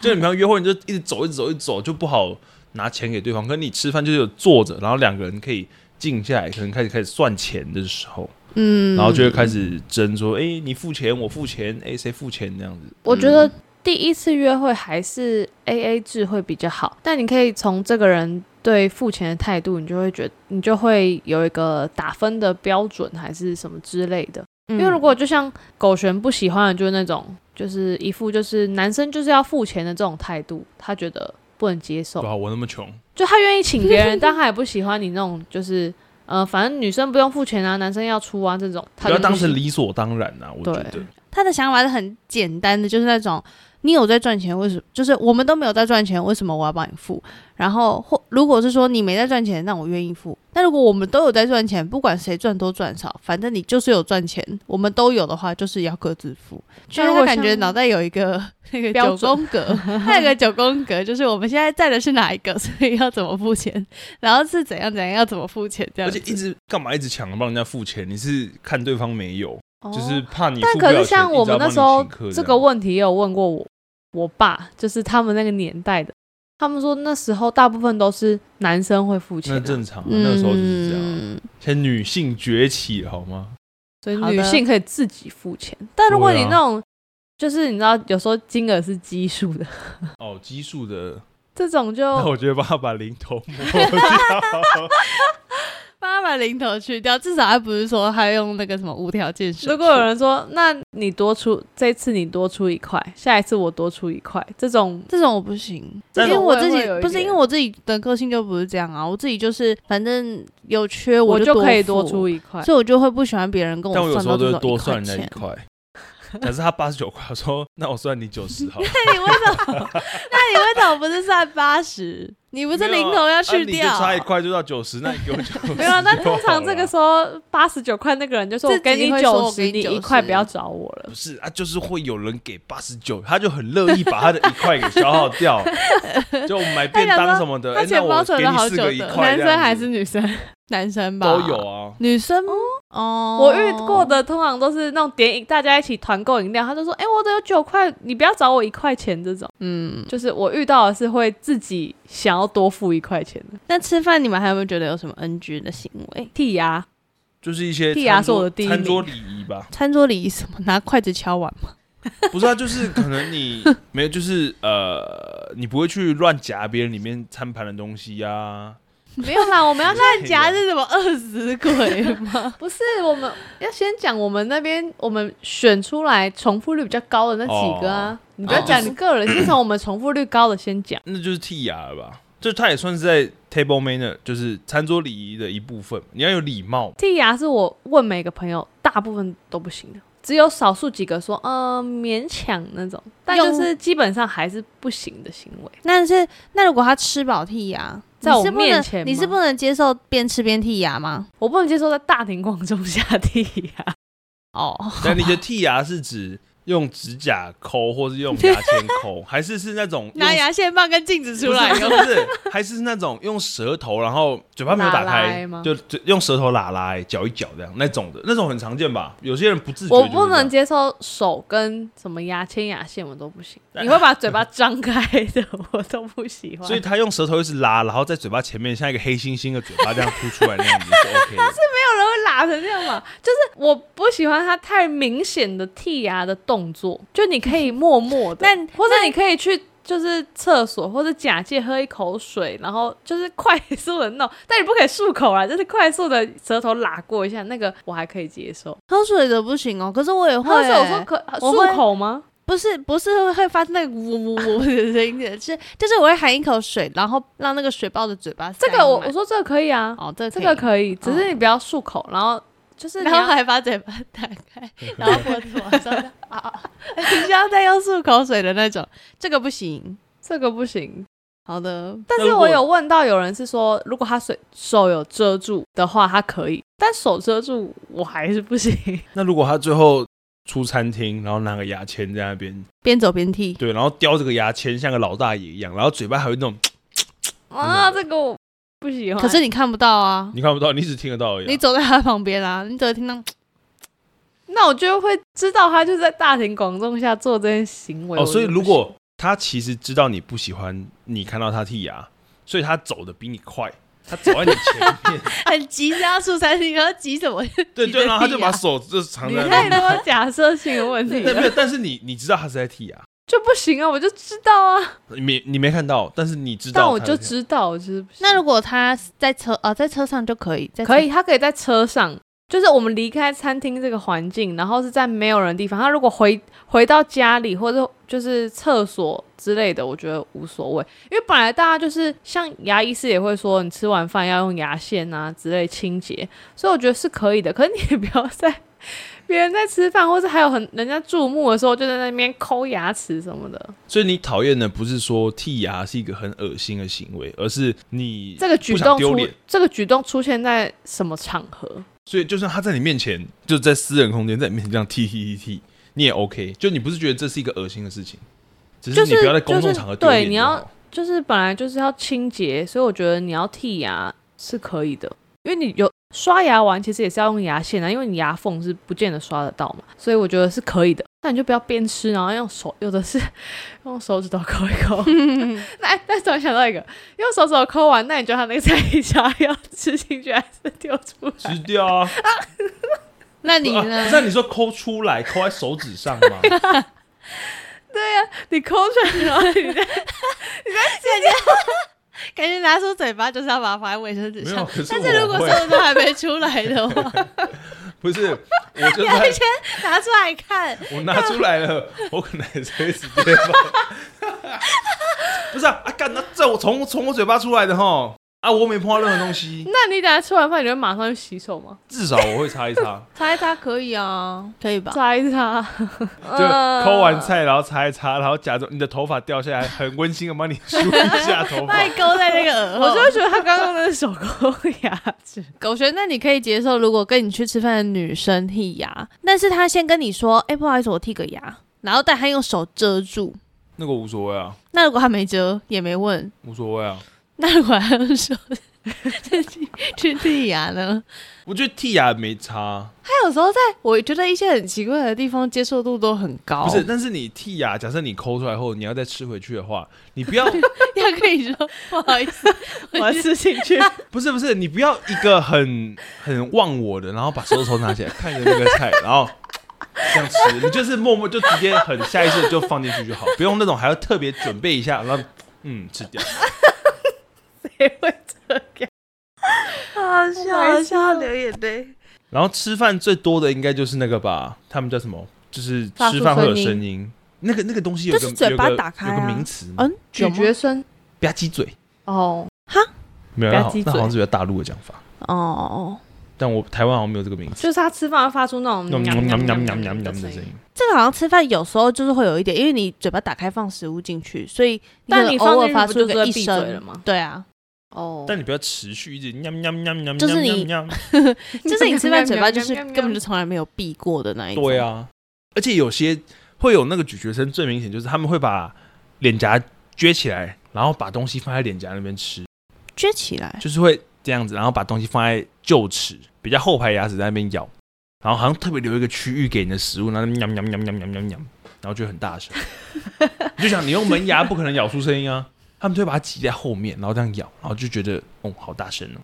[SPEAKER 2] 就你平常约会，你就一直走，一直走，一直走，就不好拿钱给对方。跟你吃饭就是有坐着，然后两个人可以静下来，可能开始开始算钱的时候，
[SPEAKER 1] 嗯，
[SPEAKER 2] 然后就会开始争说，哎、你付钱，我付钱，哎、谁付钱这样子。
[SPEAKER 3] 我觉得第一次约会还是 A A 制会比较好，但你可以从这个人对付钱的态度，你就会觉你就会有一个打分的标准，还是什么之类的。
[SPEAKER 1] 嗯，
[SPEAKER 3] 因为如果就像狗璇不喜欢的就是那种，就是一副就是男生就是要付钱的这种态度，他觉得不能接受
[SPEAKER 2] 对。啊，我那么穷，
[SPEAKER 3] 就他愿意请别人，但他也不喜欢你那种就是呃，反正女生不用付钱啊，男生要出啊这种，
[SPEAKER 2] 不
[SPEAKER 3] 他就
[SPEAKER 2] 要
[SPEAKER 3] 不
[SPEAKER 2] 当
[SPEAKER 3] 喜
[SPEAKER 2] 成理所当然啊！我觉
[SPEAKER 3] 对
[SPEAKER 2] 得，
[SPEAKER 1] 他的想法是很简单的，就是那种你有在赚钱，为什么？就是我们都没有在赚钱，为什么我要帮你付？然后或如果是说你没在赚钱，那我愿意付。但如果我们都有在赚钱，不管谁赚多赚少，反正你就是有赚钱，我们都有的话，就是要各自付。就是
[SPEAKER 3] 那如
[SPEAKER 1] 我
[SPEAKER 3] 果
[SPEAKER 1] 感觉
[SPEAKER 3] 像
[SPEAKER 1] 脑袋有一个那个九
[SPEAKER 3] 标准
[SPEAKER 1] 宫格，那个九宫格就是我们现在在的是哪一个，所以要怎么付钱，然后是怎样怎样要怎么付钱这
[SPEAKER 2] 而
[SPEAKER 1] 样
[SPEAKER 2] 且
[SPEAKER 1] 子。
[SPEAKER 2] 一直干嘛一直抢着帮人家付钱？你是看对方没有，
[SPEAKER 3] 哦
[SPEAKER 2] 就是怕你
[SPEAKER 3] 但
[SPEAKER 2] 付不
[SPEAKER 3] 可
[SPEAKER 2] 了
[SPEAKER 3] 是
[SPEAKER 2] 钱
[SPEAKER 3] 像我们那时候这
[SPEAKER 2] 这
[SPEAKER 3] 个问题也有问过我，我爸就是他们那个年代的，他们说那时候大部分都是男生会付钱
[SPEAKER 2] 那
[SPEAKER 3] 啊、
[SPEAKER 2] 正常啊，那个时候就是这样啊。
[SPEAKER 1] 嗯
[SPEAKER 2] 现在女性崛起好吗？
[SPEAKER 3] 所以
[SPEAKER 1] 好的
[SPEAKER 3] 女性可以自己付钱。但如果
[SPEAKER 2] 对啊
[SPEAKER 3] 你那种、就是你知道有时候金额是奇数的
[SPEAKER 2] 哦，基数的，
[SPEAKER 3] 这种就
[SPEAKER 2] 那我觉得帮他把零头抹
[SPEAKER 3] 哦
[SPEAKER 2] 掉。
[SPEAKER 1] 帮他把零头去掉，至少他不是说他用那个什么无条件舍
[SPEAKER 3] 如果有人说，那你多出这次你多出一块，下一次我多出一块，这种
[SPEAKER 1] 这种我不行，
[SPEAKER 2] 但
[SPEAKER 1] 因为
[SPEAKER 3] 是
[SPEAKER 1] 我
[SPEAKER 3] 会
[SPEAKER 1] 自己
[SPEAKER 3] 会有一
[SPEAKER 1] 不是
[SPEAKER 3] 点
[SPEAKER 1] 因为我自己的个性就不是这样啊，我自己就是反正有缺
[SPEAKER 3] 我
[SPEAKER 1] 就
[SPEAKER 3] 可以
[SPEAKER 1] 多付
[SPEAKER 3] 多出，一块。
[SPEAKER 1] 所以我就会不喜欢别人跟
[SPEAKER 2] 但我有
[SPEAKER 1] 算
[SPEAKER 2] 时候
[SPEAKER 1] 到
[SPEAKER 2] 都
[SPEAKER 1] 这
[SPEAKER 2] 是
[SPEAKER 1] 种
[SPEAKER 2] 多
[SPEAKER 1] 一块
[SPEAKER 2] 算人家一
[SPEAKER 1] 钱。
[SPEAKER 2] 块。假设他八十九块，我说那我算你九十 好了，
[SPEAKER 1] 那你为什么？那你为什么不是算八十？你不是
[SPEAKER 2] 没
[SPEAKER 1] 零
[SPEAKER 2] 有啊
[SPEAKER 1] 头要
[SPEAKER 2] 啊
[SPEAKER 1] 去
[SPEAKER 2] 你就
[SPEAKER 1] 掉？
[SPEAKER 2] 差一块就到九十，那你给我九十。
[SPEAKER 3] 没有，啊 那 通常这个时候八十九块那个人就说：“
[SPEAKER 1] 自
[SPEAKER 3] 我给
[SPEAKER 1] 己
[SPEAKER 3] 你
[SPEAKER 1] 会说
[SPEAKER 3] 九
[SPEAKER 1] 我
[SPEAKER 3] 十，
[SPEAKER 1] 给你
[SPEAKER 3] 你一
[SPEAKER 1] 90
[SPEAKER 3] 块不要找我了。”
[SPEAKER 2] 不是啊，就是会有人给八十九，他就很乐意把他的一块给消耗 掉，就买便当什么的。
[SPEAKER 1] 他
[SPEAKER 2] 哎，
[SPEAKER 1] 想
[SPEAKER 2] 那
[SPEAKER 1] 说他
[SPEAKER 2] 我
[SPEAKER 1] 钱包存
[SPEAKER 2] 给
[SPEAKER 1] 了
[SPEAKER 2] 你
[SPEAKER 1] 好
[SPEAKER 2] 四个
[SPEAKER 1] 久
[SPEAKER 2] 一
[SPEAKER 1] 的
[SPEAKER 2] 块
[SPEAKER 3] 男
[SPEAKER 2] 这样子，
[SPEAKER 3] 生还是女生？
[SPEAKER 1] 男生吧
[SPEAKER 2] 都有，啊。
[SPEAKER 1] 女生吗哦，
[SPEAKER 3] 我遇过的通常都是那种点饮，大家一起团购饮料，他就说：“哎、我只有九块，你不要找我一块钱。”这种
[SPEAKER 1] 嗯。
[SPEAKER 3] 就是我遇到的是会自己想要多付一块钱的。
[SPEAKER 1] 那吃饭你们还有没有觉得有什么 NG 的行为？
[SPEAKER 3] 剔牙，
[SPEAKER 2] 就是一些
[SPEAKER 3] 剔牙
[SPEAKER 2] 餐
[SPEAKER 3] 啊是我
[SPEAKER 2] 桌
[SPEAKER 3] 的第一
[SPEAKER 2] 餐桌
[SPEAKER 3] 名
[SPEAKER 2] 礼仪吧，
[SPEAKER 1] 餐桌礼仪什么？拿筷子敲碗吗？
[SPEAKER 2] 不是啊，就是可能 你没有，就是呃，你不会去乱夹别人里面餐盘的东西呀、啊。
[SPEAKER 3] 没有啦，我们 要
[SPEAKER 2] 乱
[SPEAKER 1] 啊夹是什么饿死鬼吗？
[SPEAKER 3] 不是，我们要先讲我们那边我们选出来重复率比较高的那几个啊。你不要讲你个人，先从我们重复率高的先讲。
[SPEAKER 2] 那就是剔牙了吧？就它也算是在 table manner，就是餐桌礼仪的一部分。你要有礼貌，
[SPEAKER 3] 剔牙是我问每个朋友，大部分都不行的，只有少数几个说，呃，勉强那种，但
[SPEAKER 1] 用
[SPEAKER 3] 就是基本上还是不行的行为。
[SPEAKER 1] 但是， 那如果他吃饱剔牙，
[SPEAKER 3] 在
[SPEAKER 1] 你
[SPEAKER 3] 我
[SPEAKER 1] 是不能
[SPEAKER 3] 面前
[SPEAKER 1] 你是
[SPEAKER 3] 吗
[SPEAKER 1] 不能接受边吃边剔牙吗？
[SPEAKER 3] 我啊不能接受在大庭广众下剔牙，
[SPEAKER 1] 哦，
[SPEAKER 2] 但你的剔牙是指用指甲抠，或是用牙签 抠，还是是那种用
[SPEAKER 1] 拿牙线棒跟镜子出来
[SPEAKER 2] 不是
[SPEAKER 1] 哟。
[SPEAKER 2] 不是，还是那种用舌头，然后嘴巴没有打
[SPEAKER 3] 拉
[SPEAKER 2] 开
[SPEAKER 3] 拉吗，
[SPEAKER 2] 就就用舌头拉拉搅一搅这样那种的，那种很常见吧？有些人不自觉就
[SPEAKER 3] 我
[SPEAKER 2] 会这样，
[SPEAKER 3] 不能接受手跟什么牙签、牙线，我都 不行。
[SPEAKER 2] 但
[SPEAKER 3] 你会把嘴巴张开的，我都不喜欢。
[SPEAKER 2] 所以他用舌头一直拉，然后在嘴巴前面像一个黑猩猩的嘴巴这样凸出来那样子是 OK 的。
[SPEAKER 3] 没有人会拉成这样嘛？就是我不喜欢他太明显的剔牙的动作，就你可以默默的，
[SPEAKER 1] 那
[SPEAKER 3] 或者你可以去就是厕所或者假借喝一口水，然后就是快速的弄，但你不可以漱口啦，就是快速的舌头拉过一下，那个我还可以接受。
[SPEAKER 1] 喝水的不行哦，可是我也会、
[SPEAKER 3] 喝水我说可
[SPEAKER 1] 我会
[SPEAKER 3] 漱口吗？
[SPEAKER 1] 不是不是会发出那个呜呜呜的声音的，是就是我会含一口水，然后让那个水抱着嘴巴塞
[SPEAKER 3] 这
[SPEAKER 1] 满。
[SPEAKER 3] 个我我说这个可以啊，
[SPEAKER 1] 哦，这个
[SPEAKER 3] 这
[SPEAKER 1] 以
[SPEAKER 3] 个可以，只是
[SPEAKER 1] 哦
[SPEAKER 3] 你不要漱口，然后就是你
[SPEAKER 1] 然后
[SPEAKER 3] 要
[SPEAKER 1] 还把嘴巴打 开，然后脖子往上啊啊，啊 你需要再用漱口水的那种，这个不行。
[SPEAKER 3] 这个不行。
[SPEAKER 1] 好的，
[SPEAKER 3] 但
[SPEAKER 2] 那
[SPEAKER 3] 是
[SPEAKER 2] 如
[SPEAKER 3] 我
[SPEAKER 2] 果
[SPEAKER 3] 有问到有人是说，如果他手手有遮住的话，他可以，但手遮住我还是不行。
[SPEAKER 2] 那如果他最后出餐厅，然后拿个牙签在那边，
[SPEAKER 1] 边走边剃。
[SPEAKER 2] 对，然后叼着个牙签像个老大爷一样，然后嘴巴还有那种，
[SPEAKER 3] 哦啊，这个我不喜欢。
[SPEAKER 1] 可是你看不到啊，
[SPEAKER 2] 你看不到，你只听得到而已啊、
[SPEAKER 1] 你走在他旁边啊，你只会听到。
[SPEAKER 3] 那我就会知道他就在大庭广众下做这些行为。
[SPEAKER 2] 哦，
[SPEAKER 3] 我就
[SPEAKER 2] 所以
[SPEAKER 3] 不
[SPEAKER 2] 如果他其实知道你不喜欢你看到他剔牙，所以他走的比你快，他走在你 前面，
[SPEAKER 1] 很急着要出餐厅，然后急什么？
[SPEAKER 2] 对
[SPEAKER 1] 你
[SPEAKER 2] 对，
[SPEAKER 1] 的
[SPEAKER 2] 然后他就
[SPEAKER 1] 剔牙
[SPEAKER 2] 把手就藏
[SPEAKER 3] 行
[SPEAKER 2] 在
[SPEAKER 3] 你
[SPEAKER 2] 那
[SPEAKER 3] 太
[SPEAKER 2] 边。
[SPEAKER 3] 多假设性的问 题
[SPEAKER 2] 对，没
[SPEAKER 3] 了，
[SPEAKER 2] 有，但是你你知道他是在剔牙，
[SPEAKER 3] 就不行啊！我就知道啊，
[SPEAKER 2] 你没你没看到，但是你知道，
[SPEAKER 3] 但我就，知道，我就是不行
[SPEAKER 1] 那如果他在车呃在车上就可以，在车
[SPEAKER 3] 可以，他可以在车上，就是我们离开餐厅这个环境，然后是在没有人的地方。他如果回回到家里或者就是厕所之类的，我觉得无所谓，因为本来大家就是像牙医师也会说，你吃完饭要用牙线啊之类清洁，所以我觉得是可以的。可是你也不要在 别人在吃饭，或是还有很人家注目的时候，就在那边抠牙齿什么的，
[SPEAKER 2] 所以你讨厌的不是说剔牙是一个很恶心的行为，而是你
[SPEAKER 3] 这个举
[SPEAKER 2] 不想
[SPEAKER 3] 动
[SPEAKER 2] 丢
[SPEAKER 3] 出
[SPEAKER 2] 脸，
[SPEAKER 3] 这个举动出现在什么场合？
[SPEAKER 2] 所以就算他在你面前，就在私人空间，在你面前这样剔剔剔剔，你也 OK，就你不是觉得这是一个恶心的事情，只
[SPEAKER 3] 就是
[SPEAKER 2] 你不要在公
[SPEAKER 3] 就
[SPEAKER 2] 众
[SPEAKER 3] 是
[SPEAKER 2] 场合丢
[SPEAKER 3] 对
[SPEAKER 2] 脸就好、
[SPEAKER 3] 你要就是本来就是要清洁，所以我觉得你要剔牙是可以的，因为你有刷牙完其实也是要用牙线啊，因为你牙缝是不见得刷得到嘛，所以我觉得是可以的。那你就不要边吃，然后用手，有的是用手指头抠一抠。那那突然想到一个，用手指头抠完，那你觉得他那个菜夹要吃进去还是丢出来？
[SPEAKER 2] 吃掉啊！
[SPEAKER 1] 那你
[SPEAKER 2] 啊
[SPEAKER 1] 呢
[SPEAKER 2] 不？是啊你说抠出来，抠在手指上吗？
[SPEAKER 3] 你抠出来，然后你再
[SPEAKER 1] 感觉拿出嘴巴就是要把它放在卫生纸
[SPEAKER 2] 没
[SPEAKER 1] 上
[SPEAKER 2] 有，。可是
[SPEAKER 1] 但是如
[SPEAKER 2] 我
[SPEAKER 1] 果
[SPEAKER 2] 会
[SPEAKER 1] 说都还没出来的 话，
[SPEAKER 2] 不是，我就
[SPEAKER 1] 你还
[SPEAKER 2] 是
[SPEAKER 1] 先拿出来看，
[SPEAKER 2] 我拿出来了， 我可能还是会直接放。 不是啊，啊干，那这我从从我嘴巴出来的哈啊，我没碰到任何东西，
[SPEAKER 3] 那你等下吃完饭，你会马上去洗手 吗？
[SPEAKER 2] 至少我会擦 一擦。
[SPEAKER 1] 擦一擦可以啊，可以吧？
[SPEAKER 3] 摘它，
[SPEAKER 2] 就
[SPEAKER 1] 嗯
[SPEAKER 2] 抠完
[SPEAKER 3] 菜。
[SPEAKER 2] 菜，然后擦一擦，然后假装你的头发掉下来，很温馨的帮你梳一 下
[SPEAKER 1] 那
[SPEAKER 2] 头发
[SPEAKER 1] 你。勾在那个耳后，
[SPEAKER 3] 我就会觉得他刚刚那手抠牙齿，
[SPEAKER 1] 狗学，那你可以接受，如果跟你去吃饭的女生剔牙，但是她先跟你说，哎、不好意思，我剔个牙，然后但她用手遮住。
[SPEAKER 2] 那个无所谓啊，
[SPEAKER 1] 那如果她没遮，也没问。
[SPEAKER 2] 无所谓啊。
[SPEAKER 1] 那如果她用手自己去剔牙呢？
[SPEAKER 2] 我觉得剔牙没差，
[SPEAKER 1] 她有时候在我觉得一些很奇怪的地方接受度都很高，
[SPEAKER 2] 不是，但是你剔牙，假设你抠出来后，你要再吃回去的话，你不要，
[SPEAKER 1] 她可以说不好意 思，
[SPEAKER 3] 我要吃进去。
[SPEAKER 2] 不是不是，你不要一个很很忘我的，然后把手指头拿起来看着那个菜，然后这样吃，你就是默默就直接很下意识地就放进去就好，不用那种还要特别准备一下，然后嗯吃掉。
[SPEAKER 3] 谁会这样？
[SPEAKER 1] 好
[SPEAKER 3] 笑好哦笑流
[SPEAKER 1] 眼泪。
[SPEAKER 2] 然后吃饭最多的应该就是那个吧，他们叫什么？就是吃饭会有声音，那个那个东西有个
[SPEAKER 1] 就是嘴巴
[SPEAKER 2] 有个
[SPEAKER 1] 打开啊
[SPEAKER 2] 有个名词吗？
[SPEAKER 1] 嗯，有吗
[SPEAKER 3] 声
[SPEAKER 2] 吧唧嘴，
[SPEAKER 3] 哦，
[SPEAKER 2] 没有，那
[SPEAKER 3] 吧
[SPEAKER 2] 好
[SPEAKER 3] 唧嘴
[SPEAKER 2] 那好像是比较大陆的讲法，
[SPEAKER 1] 哦，
[SPEAKER 2] 但我台湾好像没有这个名词。
[SPEAKER 3] 就是他吃饭会发出那种
[SPEAKER 2] 喵喵喵喵
[SPEAKER 3] 喵喵
[SPEAKER 2] 喵
[SPEAKER 3] 喵喵
[SPEAKER 2] 喵
[SPEAKER 3] 喵
[SPEAKER 2] 喵
[SPEAKER 3] 的
[SPEAKER 2] 的
[SPEAKER 3] 声
[SPEAKER 2] 声音
[SPEAKER 3] 音。，
[SPEAKER 1] 这个好像吃饭有时候就是会有一点，因为你嘴巴打开放食物进去，所以
[SPEAKER 3] 但
[SPEAKER 1] 可能
[SPEAKER 3] 你放
[SPEAKER 1] 偶尔
[SPEAKER 3] 进去
[SPEAKER 1] 发
[SPEAKER 3] 不
[SPEAKER 1] 出
[SPEAKER 3] 就
[SPEAKER 1] 一
[SPEAKER 3] 是
[SPEAKER 1] 个
[SPEAKER 3] 会
[SPEAKER 1] 一
[SPEAKER 3] 闭
[SPEAKER 1] 声
[SPEAKER 3] 嘴了吗
[SPEAKER 1] 对啊，
[SPEAKER 3] 哦
[SPEAKER 2] 但你不要持续一直喵喵喵喵喵，
[SPEAKER 1] 就是你
[SPEAKER 2] 喵喵喵
[SPEAKER 1] 就是你吃饭嘴巴就是
[SPEAKER 3] 喵喵喵喵喵
[SPEAKER 2] 啊
[SPEAKER 1] 根本就从来没有闭过的那一种。
[SPEAKER 2] 对，啊，而且有些会有那个咀嚼声，最明显就是他们会把脸颊撅起来，然后把东西放在脸颊那边吃，
[SPEAKER 1] 撅起来，
[SPEAKER 2] 就是会这样子，然后把东西放在臼齿比较后排牙齿在那边咬，然后好像特别留一个区域给你的食物，然后那边喵喵喵喵喵喵喵，然后就很大声。你就想你用门牙不可能咬出声音啊，他们就会把它挤在后面，然后这样咬，然后就觉得哦好大声哦。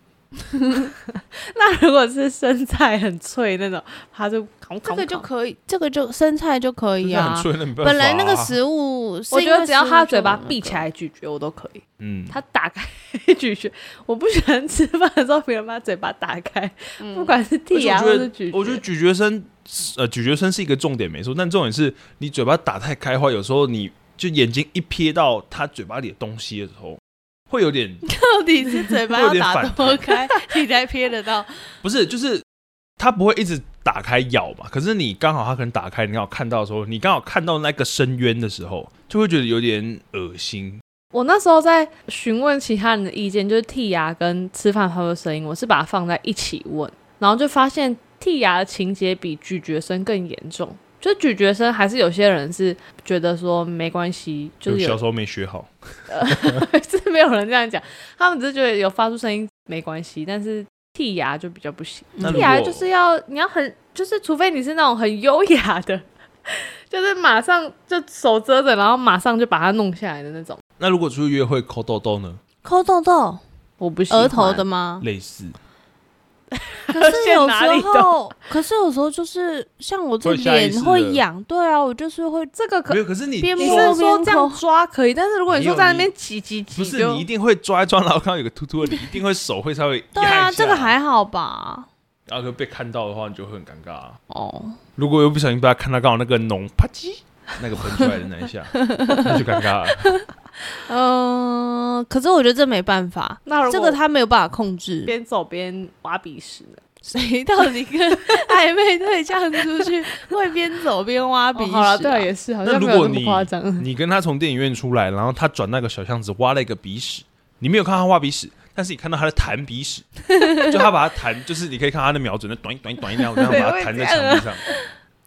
[SPEAKER 3] 那如果是生菜很脆那种，它就扛
[SPEAKER 1] 这
[SPEAKER 3] 扛
[SPEAKER 1] 个就
[SPEAKER 3] 扛
[SPEAKER 1] 可以，这个就生菜就可以
[SPEAKER 2] 就是
[SPEAKER 1] 啊
[SPEAKER 2] 很。脆，那没办法啊、
[SPEAKER 1] 本来那个食物是
[SPEAKER 3] 我
[SPEAKER 1] 因为食物就有那个，
[SPEAKER 3] 觉得只要它嘴巴闭起来咀嚼，我都可以。
[SPEAKER 2] 嗯，
[SPEAKER 3] 它打开咀嚼，我不喜欢吃饭的时候别人把嘴巴打开，
[SPEAKER 1] 嗯，
[SPEAKER 3] 不管是剔牙
[SPEAKER 2] 而且我觉
[SPEAKER 3] 或是
[SPEAKER 2] 得
[SPEAKER 3] 咀嚼。
[SPEAKER 2] 我觉得咀嚼声，呃，咀嚼声是一个重点没错，但重点是你嘴巴打太开的话，有时候你就眼睛一瞥到他嘴巴里的东西的时候，会有点
[SPEAKER 1] 到底是嘴巴
[SPEAKER 2] 有
[SPEAKER 1] 要
[SPEAKER 2] 点
[SPEAKER 1] 打
[SPEAKER 2] 反
[SPEAKER 1] 多开，你 才瞥得到？
[SPEAKER 2] 不是，就是他不会一直打开咬嘛。可是你刚好他可能打开，你刚好看到的时候，你刚好看到那个深渊的时候，就会觉得有点恶心。
[SPEAKER 3] 我那时候在询问其他人的意见，就是剔牙跟吃饭发出声音，我是把它放在一起问，然后就发现剔牙的情节比咀嚼声更严重。就咀嚼声，还是有些人是觉得说没关系，就是有
[SPEAKER 2] 小时候没学好，
[SPEAKER 3] 是没有人这样讲，他们只是觉得有发出声音没关系，但是剔牙就比较不行。
[SPEAKER 2] 那
[SPEAKER 1] 嗯
[SPEAKER 2] 如
[SPEAKER 3] 剔
[SPEAKER 2] 果
[SPEAKER 3] 牙啊就是要你要很，就是除非你是那种很优雅的， 就是马上就手遮着，然后马上就把它弄下来的那种。
[SPEAKER 2] 那如果出去约会抠痘痘呢？
[SPEAKER 1] 抠痘痘，
[SPEAKER 3] 我不喜欢
[SPEAKER 1] 额头的，吗？
[SPEAKER 2] 类似，
[SPEAKER 1] 可是 有
[SPEAKER 3] 而且哪里
[SPEAKER 1] 时候，可是有时候就是像我这
[SPEAKER 2] 会下意识
[SPEAKER 1] 脸
[SPEAKER 2] 的
[SPEAKER 1] 会痒，对啊，我就是会
[SPEAKER 3] 这个可
[SPEAKER 2] 没有。可是你
[SPEAKER 1] 边
[SPEAKER 3] 你
[SPEAKER 1] 摸
[SPEAKER 3] 是
[SPEAKER 2] 说
[SPEAKER 3] 说这样抓可以，但是如果你
[SPEAKER 2] 没有
[SPEAKER 3] 说在那边挤挤挤，
[SPEAKER 2] 不是你一定会抓一抓，然后看到有个突突的，你一定会手会稍微
[SPEAKER 1] 对
[SPEAKER 2] 压
[SPEAKER 1] 啊，
[SPEAKER 2] 一下
[SPEAKER 1] 这个还好吧？
[SPEAKER 2] 然后就被看到的话，你就会很尴尬、啊。
[SPEAKER 1] 哦，
[SPEAKER 2] 如果又不小心被他看到，刚好那个脓啪叽，那个喷出来的那一下，那就尴尬了。
[SPEAKER 1] 嗯、可是我觉得这没办法，
[SPEAKER 3] 那如果
[SPEAKER 1] 这个他没有办法控制。
[SPEAKER 3] 边走边挖鼻屎的，
[SPEAKER 1] 谁到底跟暧昧对象出去会边走边挖鼻
[SPEAKER 3] 哦
[SPEAKER 1] 屎、
[SPEAKER 3] 好了，对啊，也是，好像
[SPEAKER 2] 如
[SPEAKER 3] 没有
[SPEAKER 2] 果
[SPEAKER 3] 那么
[SPEAKER 2] 你
[SPEAKER 3] 夸 张。
[SPEAKER 2] 你跟他从电影院出来，然后他转那个小巷子挖了一个鼻屎，你没有看到他挖鼻屎，但是你看到他在弹鼻 屎，就他把它弹，就是你可以看他的瞄准，那短短短一样，然后把它弹在墙壁上。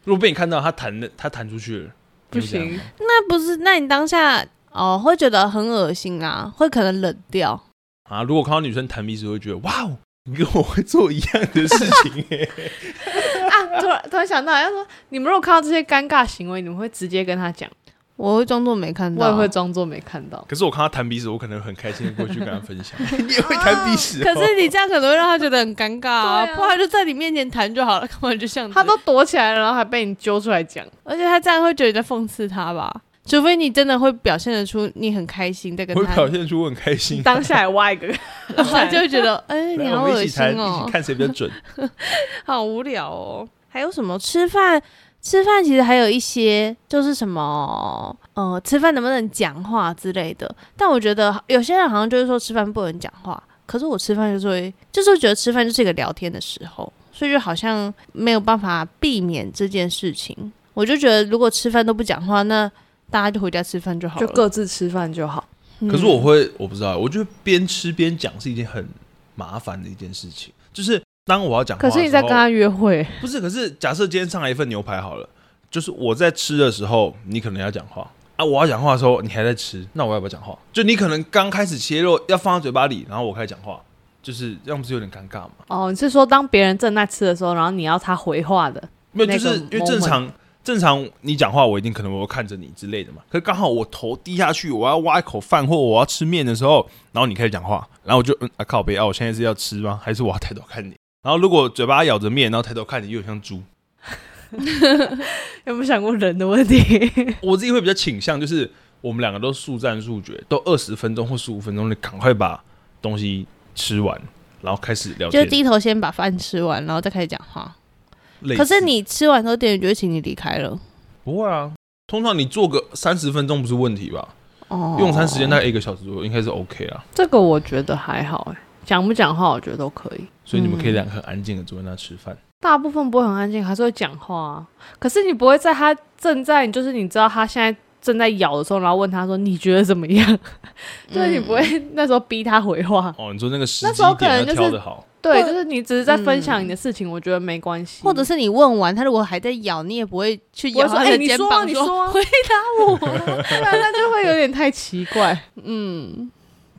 [SPEAKER 2] 如果被你看到他弹的，他弹出去了，
[SPEAKER 3] 不
[SPEAKER 2] 你会这样
[SPEAKER 3] 行
[SPEAKER 2] 吗，
[SPEAKER 1] 那不是？那你当下哦会觉得很恶心啊，会可能冷掉。
[SPEAKER 2] 啊！如果看到女生弹鼻屎，会觉得哇哦，你跟我会做一样的事 情、欸，
[SPEAKER 3] 啊！突然突然想到，要说你们如果看到这些尴尬行为，你们会直接跟他讲，
[SPEAKER 1] 我会装作没看
[SPEAKER 3] 我
[SPEAKER 2] 啊
[SPEAKER 1] 到，
[SPEAKER 3] 也会装作没看到。
[SPEAKER 2] 可是我看他弹鼻屎，我可能很开心的过去跟他分享。 你也会弹鼻屎、哦？
[SPEAKER 1] 可是你这样可能会让他觉得很尴尬啊，
[SPEAKER 3] 对啊
[SPEAKER 1] 不然就在你面前弹就好了，干嘛就像
[SPEAKER 3] 他都躲起来了，然后还被你揪出 来讲。
[SPEAKER 1] 而且他这样会觉得讽刺他吧？除非你真的会表现得出你很开心在跟
[SPEAKER 2] 我会
[SPEAKER 1] 他，
[SPEAKER 2] 表现出我很开 心。
[SPEAKER 3] 当下还挖一个，
[SPEAKER 1] 然后他就会觉得哎、你
[SPEAKER 2] 来，
[SPEAKER 1] 好
[SPEAKER 2] 我们
[SPEAKER 1] 恶
[SPEAKER 2] 一起
[SPEAKER 1] 心
[SPEAKER 2] 弹，一
[SPEAKER 1] 哦
[SPEAKER 2] 起，看谁比较准。
[SPEAKER 1] 好无聊哦。还有什么吃饭？吃饭其实还有一些就是什么呃，吃饭能不能讲话之类的。但我觉得有些人好像就是说吃饭不能讲话，可是我吃饭就是会，就是会觉得吃饭就是一个聊天的时候，所以就好像没有办法避免这件事情。我就觉得如果吃饭都不讲话，那大家就回家吃饭就好了。嗯
[SPEAKER 3] 自吃饭就好。
[SPEAKER 2] 可是我会，我不知道，我觉得边吃边讲是一件很麻烦的一件事情。就是当我要讲话
[SPEAKER 3] 可
[SPEAKER 2] 的时候，
[SPEAKER 3] 是你在跟他约会，
[SPEAKER 2] 不是？可是假设今天上来一份牛排好了，就是我在吃的时候，你可能要讲话啊；我要讲话的时候，你还在吃，那我要不要讲话？就你可能刚开始切肉要放到嘴巴里，然后我开始讲话，就是这样不是有点尴尬吗？
[SPEAKER 3] 哦，你是说当别人正在吃的时候，然后你要他回话的？
[SPEAKER 2] 没有，
[SPEAKER 3] 那
[SPEAKER 2] 就
[SPEAKER 3] 个
[SPEAKER 2] 是因为正常正常你讲话，我一定可能我会看着你之类的嘛。可是刚好我头低下去，我要挖一口饭或我要吃面的时候，然后你开始讲话，然后我就嗯啊靠背啊，我现在是要吃吗？还是我要抬头看你？然后如果嘴巴咬着面，然后抬头看你，又很像猪。
[SPEAKER 3] 有没有想过人的问题？
[SPEAKER 2] 我自己会比较倾向就是我们两个都速战速决，都二十分钟或十五分钟，你赶快把东西吃完，然后开始聊
[SPEAKER 1] 就
[SPEAKER 2] 天。
[SPEAKER 1] 低头先把饭吃完，然后再开始讲话。
[SPEAKER 2] 类似
[SPEAKER 1] 可是你吃完之后，店员就会请你离开了。
[SPEAKER 2] 不会啊？通常你做个三十分钟不是问题吧？
[SPEAKER 1] 哦，
[SPEAKER 2] 用餐时间大概一个小时左右，应该是 OK 啊。
[SPEAKER 3] 这个我觉得还好哎，讲不讲话我觉得都可以。
[SPEAKER 2] 所以你们
[SPEAKER 3] 嗯
[SPEAKER 2] 可以两个很安静的坐在那吃饭。
[SPEAKER 3] 大部分不会很安静，还是会讲话啊。可是你不会在他正在，就是你知道他现在正在咬的时候，然后问他说你觉得怎 么样？就是你不会那时候逼他回话。
[SPEAKER 2] 哦，你说那个时
[SPEAKER 3] 那时
[SPEAKER 2] 机
[SPEAKER 3] 候可
[SPEAKER 2] 点要
[SPEAKER 3] 能就是
[SPEAKER 2] 挑的好，
[SPEAKER 3] 对，
[SPEAKER 1] 或
[SPEAKER 3] 就是你只是在分享你的事情，我觉得没关系。
[SPEAKER 1] 或者是你问完他，如果还在咬，你也不会去
[SPEAKER 3] 嗯我
[SPEAKER 1] 咬
[SPEAKER 3] 说，
[SPEAKER 1] 他
[SPEAKER 3] 哎，
[SPEAKER 1] 的
[SPEAKER 3] 你
[SPEAKER 1] 肩
[SPEAKER 3] 说啊
[SPEAKER 1] 膀
[SPEAKER 3] 你说 啊，
[SPEAKER 1] 回答 我。
[SPEAKER 3] 那那就会有点太奇怪。 嗯，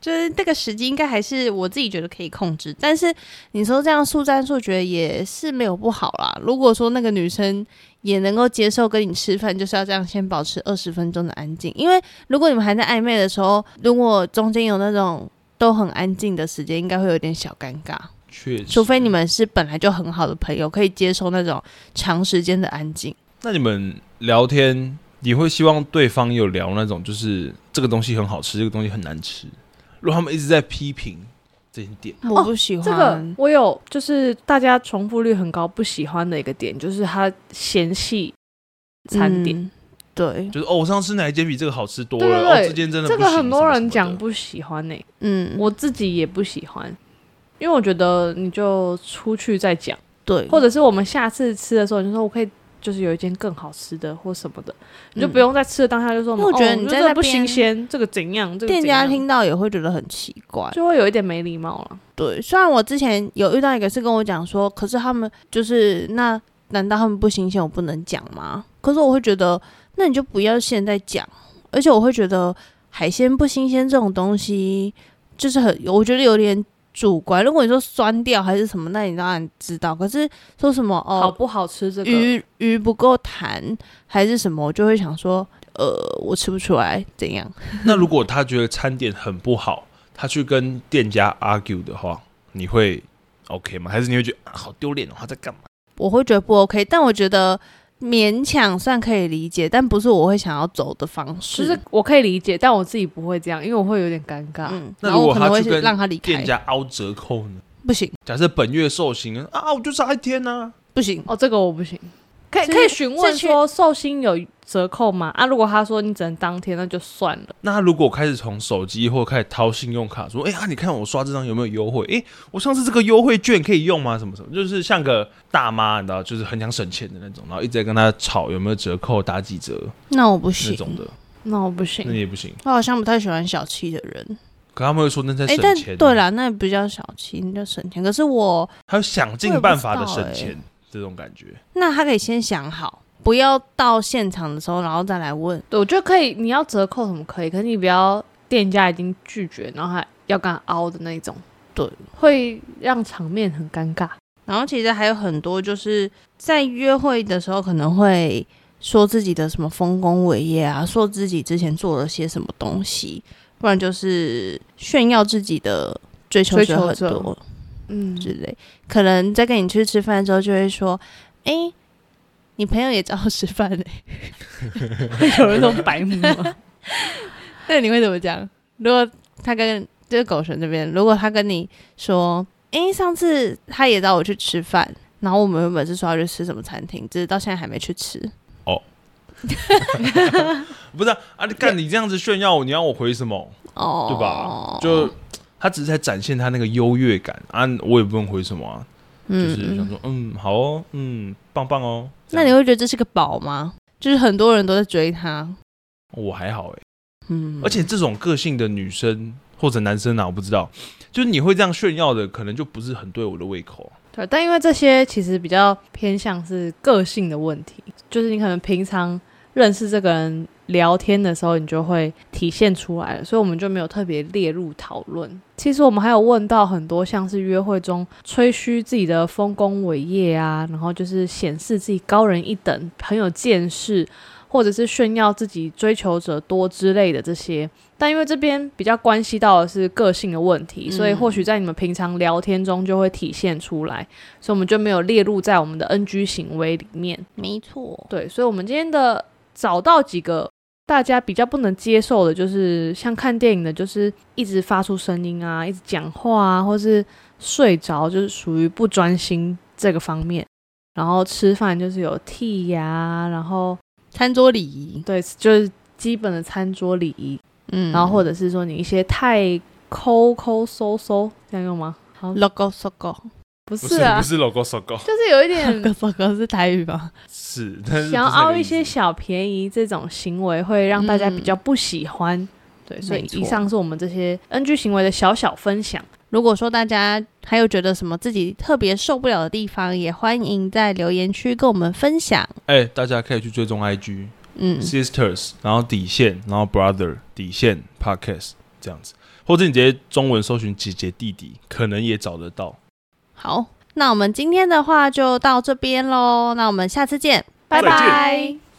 [SPEAKER 1] 就是这个时机应该还是我自己觉得可以控制，但是你说这样速战速决也是没有不好啦。如果说那个女生也能够接受跟你吃饭，就是要这样先保持二十分钟的安静，因为如果你们还在暧昧的时候，如果中间有那种都很安静的时间，应该会有点小尴尬。
[SPEAKER 2] 确实，
[SPEAKER 1] 除非你们是本来就很好的朋友，可以接受那种长时间的安静。
[SPEAKER 2] 那你们聊天，你会希望对方有聊那种就是这个东西很好吃，这个东西很难吃。如果他们一直在批评这些店，
[SPEAKER 1] 我不喜欢
[SPEAKER 3] 哦这个我有，就是大家重复率很高不喜欢的一个点，就是他嫌弃餐点。
[SPEAKER 1] 嗯对，
[SPEAKER 2] 就是哦，我上次吃哪一间比这个好吃多了，
[SPEAKER 3] 对对对
[SPEAKER 2] 哦，这间真的
[SPEAKER 3] 这
[SPEAKER 2] 不
[SPEAKER 3] 个
[SPEAKER 2] 行
[SPEAKER 3] 很多人
[SPEAKER 2] 什
[SPEAKER 3] 讲
[SPEAKER 2] 么什么的
[SPEAKER 3] 不喜欢呢、
[SPEAKER 1] 嗯，
[SPEAKER 3] 我自己也不喜欢，因为我觉得你就出去再讲，
[SPEAKER 1] 对，
[SPEAKER 3] 或者是我们下次吃的时候，你就说我可以。就是有一间更好吃的或什么的，你
[SPEAKER 1] 嗯
[SPEAKER 3] 就不用在吃的当下就说，
[SPEAKER 1] 因为我觉得
[SPEAKER 3] 哦
[SPEAKER 1] 你
[SPEAKER 3] 这
[SPEAKER 1] 在
[SPEAKER 3] 个
[SPEAKER 1] 那
[SPEAKER 3] 不新
[SPEAKER 1] 边
[SPEAKER 3] 鲜，这个怎样，这个
[SPEAKER 1] 店
[SPEAKER 3] 怎
[SPEAKER 1] 家
[SPEAKER 3] 样
[SPEAKER 1] 听到也会觉得很奇怪。
[SPEAKER 3] 就会有一点没礼貌了。
[SPEAKER 1] 对，虽然我之前有遇到一个是跟我讲说，可是他们就是那难道他们不新鲜，我不能讲吗？可是我会觉得，那你就不要现在讲，而且我会觉得海鲜不新鲜这种东西，就是很我觉得有点主观。如果你说酸掉还是什么，那你当然知道。可是说什么
[SPEAKER 3] 好
[SPEAKER 1] 哦，
[SPEAKER 3] 不好吃这个？
[SPEAKER 1] 鱼鱼不够弹还是什么，我就会想说，呃，我吃不出来怎样？
[SPEAKER 2] 那如果他觉得餐点很不好，他去跟店家 argue 的话，你会 OK 吗？还是你会觉得、啊、好丢脸哦，他在干嘛？
[SPEAKER 1] 我会觉得不 OK，但我觉得勉强算可以理解，但不是我会想要走的方式。
[SPEAKER 3] 就是我可以理解，但我自己不会这样，因为我会有点尴尬。
[SPEAKER 1] 嗯，
[SPEAKER 2] 那
[SPEAKER 1] 然后
[SPEAKER 2] 如
[SPEAKER 1] 我
[SPEAKER 2] 果
[SPEAKER 1] 可能
[SPEAKER 2] 他
[SPEAKER 1] 会
[SPEAKER 2] 去
[SPEAKER 1] 是
[SPEAKER 2] 跟
[SPEAKER 1] 让他离开
[SPEAKER 2] 店，家凹折扣呢？
[SPEAKER 1] 不行
[SPEAKER 2] 假设本月寿星啊，我就差一天呢、
[SPEAKER 1] 不行，
[SPEAKER 3] 哦，这个我不行。可以
[SPEAKER 1] 是
[SPEAKER 3] 可以询问
[SPEAKER 1] 是去
[SPEAKER 3] 说寿星有折扣吗？啊，如果他说你只能当天，那就算了。
[SPEAKER 2] 那他如果开始从手机或开始掏信用卡，说：“哎、呀、你看我刷这张有没有优惠？哎、我上次这个优惠券可以用吗？什么什么？”就是像个大妈，你知道，就是很想省钱的那种，然后一直在跟他吵有没有折扣、打几折
[SPEAKER 1] 那我不
[SPEAKER 2] 那
[SPEAKER 1] 行，
[SPEAKER 2] 种的，
[SPEAKER 3] 那我不
[SPEAKER 1] 嗯
[SPEAKER 2] 那
[SPEAKER 3] 行
[SPEAKER 2] 你，也不行。
[SPEAKER 1] 我好像不太喜欢小气的人。
[SPEAKER 2] 可他们会说那在
[SPEAKER 1] 哎、
[SPEAKER 2] 省
[SPEAKER 1] 但
[SPEAKER 2] 钱啊，
[SPEAKER 1] 对啦，那比较小气，那叫省钱。可是我
[SPEAKER 2] 他想尽办法的省钱，
[SPEAKER 1] 欸
[SPEAKER 2] 这种感觉。
[SPEAKER 1] 那他可以先想好，不要到现场的时候然后再来问。
[SPEAKER 3] 对我觉得可以，你要折扣什么可以，可是你不要店家已经拒绝，然后还要跟他凹的那一种，
[SPEAKER 1] 对，
[SPEAKER 3] 会让场面很尴尬。
[SPEAKER 1] 然后其实还有很多就是在约会的时候可能会说自己的什么丰功伟业啊，说自己之前做了些什么东西，不然就是炫耀自己的追求者很
[SPEAKER 3] 追求
[SPEAKER 1] 多
[SPEAKER 3] 嗯，
[SPEAKER 1] 之类。可能在跟你去吃饭的时候就会说：“哎、你朋友也找我吃饭欸嘞、
[SPEAKER 3] 会 有那种白目吗？
[SPEAKER 1] 那你会怎么讲？如果他跟就是狗神这边，如果他跟你说，诶，上次他也找我去吃饭，然后我们原本是说要去吃什么餐厅，只是到现在还没去吃。
[SPEAKER 2] 不是啊，啊你干你这样子炫耀我，你让我回什么？
[SPEAKER 1] 哦，
[SPEAKER 2] 对吧？就他只是在展现他那个优越感啊，我也不用回什么啊，就
[SPEAKER 1] 嗯，
[SPEAKER 2] 是想
[SPEAKER 1] 嗯
[SPEAKER 2] 说嗯好哦，嗯棒棒哦。这
[SPEAKER 1] 那
[SPEAKER 2] 样
[SPEAKER 1] 你会觉得这是个宝吗？就是很多人都在追他，
[SPEAKER 2] 我还好哎、
[SPEAKER 1] 嗯，
[SPEAKER 2] 而且这种个性的女生或者男生啊，我不知道，就是你会这样炫耀的，可能就不是很对我的胃口。
[SPEAKER 3] 对，但因为这些其实比较偏向是个性的问题，就是你可能平常认识这个人聊天的时候，你就会体现出来了，所以我们就没有特别列入讨论。其实我们还有问到很多像是约会中吹嘘自己的丰功伟业啊，然后就是显示自己高人一等，很有见识，或者是炫耀自己追求者多之类的这些。但因为这边比较关系到的是个性的问题，所以
[SPEAKER 1] 嗯
[SPEAKER 3] 或许在你们平常聊天中就会体现出来，所以我们就没有列入在我们的 NG 行为里面。
[SPEAKER 1] 没错，
[SPEAKER 3] 对，所以我们今天的找到几个大家比较不能接受的，就是像看电影的，就是一直发出声音啊，一直讲话啊，或是睡着，就是属于不专心这个方面。然后吃饭就是有剔牙，然后
[SPEAKER 1] 餐桌礼仪，
[SPEAKER 3] 对，就是基本的餐桌礼仪，
[SPEAKER 1] 嗯，
[SPEAKER 3] 然后或者是说你一些太抠抠搜搜，这样用吗？好，
[SPEAKER 1] logo logo
[SPEAKER 3] 不是啊，
[SPEAKER 2] 是 logo logo，
[SPEAKER 3] 就是有一
[SPEAKER 1] 嗯
[SPEAKER 3] 点
[SPEAKER 1] logo 是台语吧？
[SPEAKER 2] 是但是
[SPEAKER 3] 想要
[SPEAKER 2] 不是那
[SPEAKER 3] 凹
[SPEAKER 2] 个
[SPEAKER 3] 一
[SPEAKER 2] 意思
[SPEAKER 3] 些小便宜这种行为，会让大家比较不喜欢。对，所以
[SPEAKER 1] 没错
[SPEAKER 3] 以上是我们这些 NG 行为的小小分享。
[SPEAKER 1] 如果说大家还有觉得什么自己特别受不了的地方，也欢迎在留言区跟我们分享。
[SPEAKER 2] 哎、大家可以去追踪 IG、
[SPEAKER 1] 嗯，
[SPEAKER 2] sisters，然后底线，然后 brother 底线 podcast 这样子，或者你直接中文搜寻“姐姐弟弟”，可能也找得到。
[SPEAKER 1] 好，那我们今天的话就到这边喽，那我们下次见，拜
[SPEAKER 2] 再见
[SPEAKER 1] 拜。